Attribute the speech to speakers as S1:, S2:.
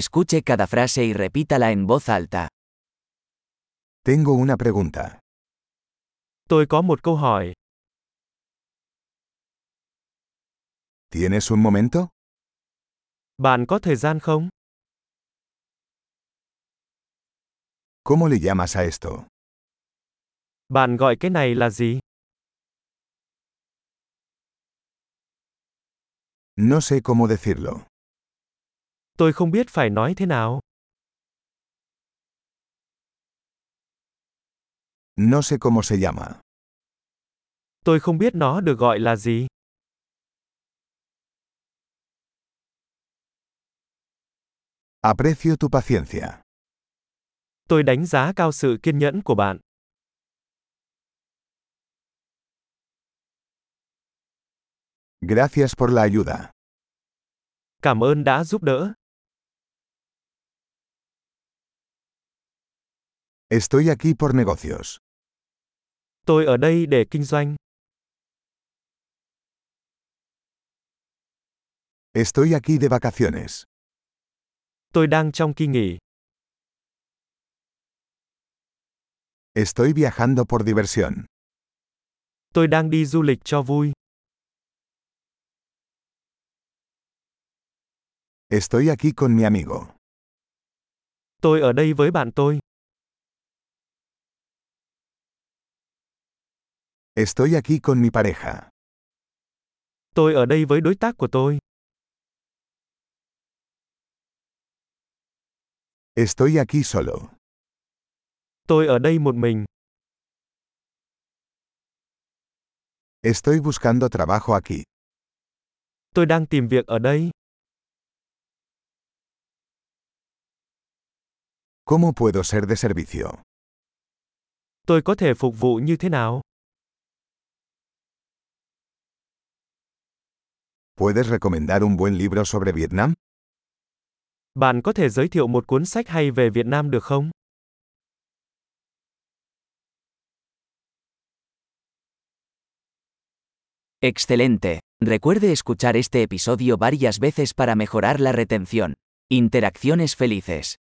S1: Escuche cada frase y repítala en voz alta.
S2: Tengo una pregunta.
S3: Tôi có một câu hỏi,
S2: ¿Tienes un momento?
S3: bạn có thời gian không?
S2: ¿Cómo le llamas a esto?
S3: Bạn gọi cái này là gì?
S2: No sé cómo decirlo.
S3: Tôi không biết phải nói thế nào.
S2: No sé cómo se llama.
S3: Tôi không biết nó được gọi là gì.
S2: Aprecio tu paciencia.
S3: Tôi đánh giá cao sự kiên nhẫn của bạn.
S2: Gracias por la ayuda.
S3: Cảm ơn đã giúp đỡ.
S2: Estoy aquí por negocios.
S3: Tôi ở đây để kinh doanh.
S2: Estoy aquí de vacaciones.
S3: Tôi đang trong kỳ nghỉ.
S2: Estoy viajando por diversión.
S3: Tôi đang đi du lịch cho vui.
S2: Estoy aquí con mi amigo.
S3: Tôi ở đây với bạn tôi.
S2: Estoy aquí con mi pareja.
S3: Tôi ở đây với đối tác của tôi.
S2: Estoy aquí solo.
S3: Tôi ở đây một mình.
S2: Estoy buscando trabajo aquí.
S3: Tôi đang tìm việc ở đây.
S2: ¿Cómo puedo ser de servicio?
S3: Tôi có thể phục vụ như thế nào?
S2: ¿Puedes recomendar un buen libro sobre Vietnam?
S3: Bạn có thể giới thiệu một cuốn sách hay về Việt Nam được không?
S1: Excelente. Recuerde escuchar este episodio varias veces para mejorar la retención. Interacciones felices.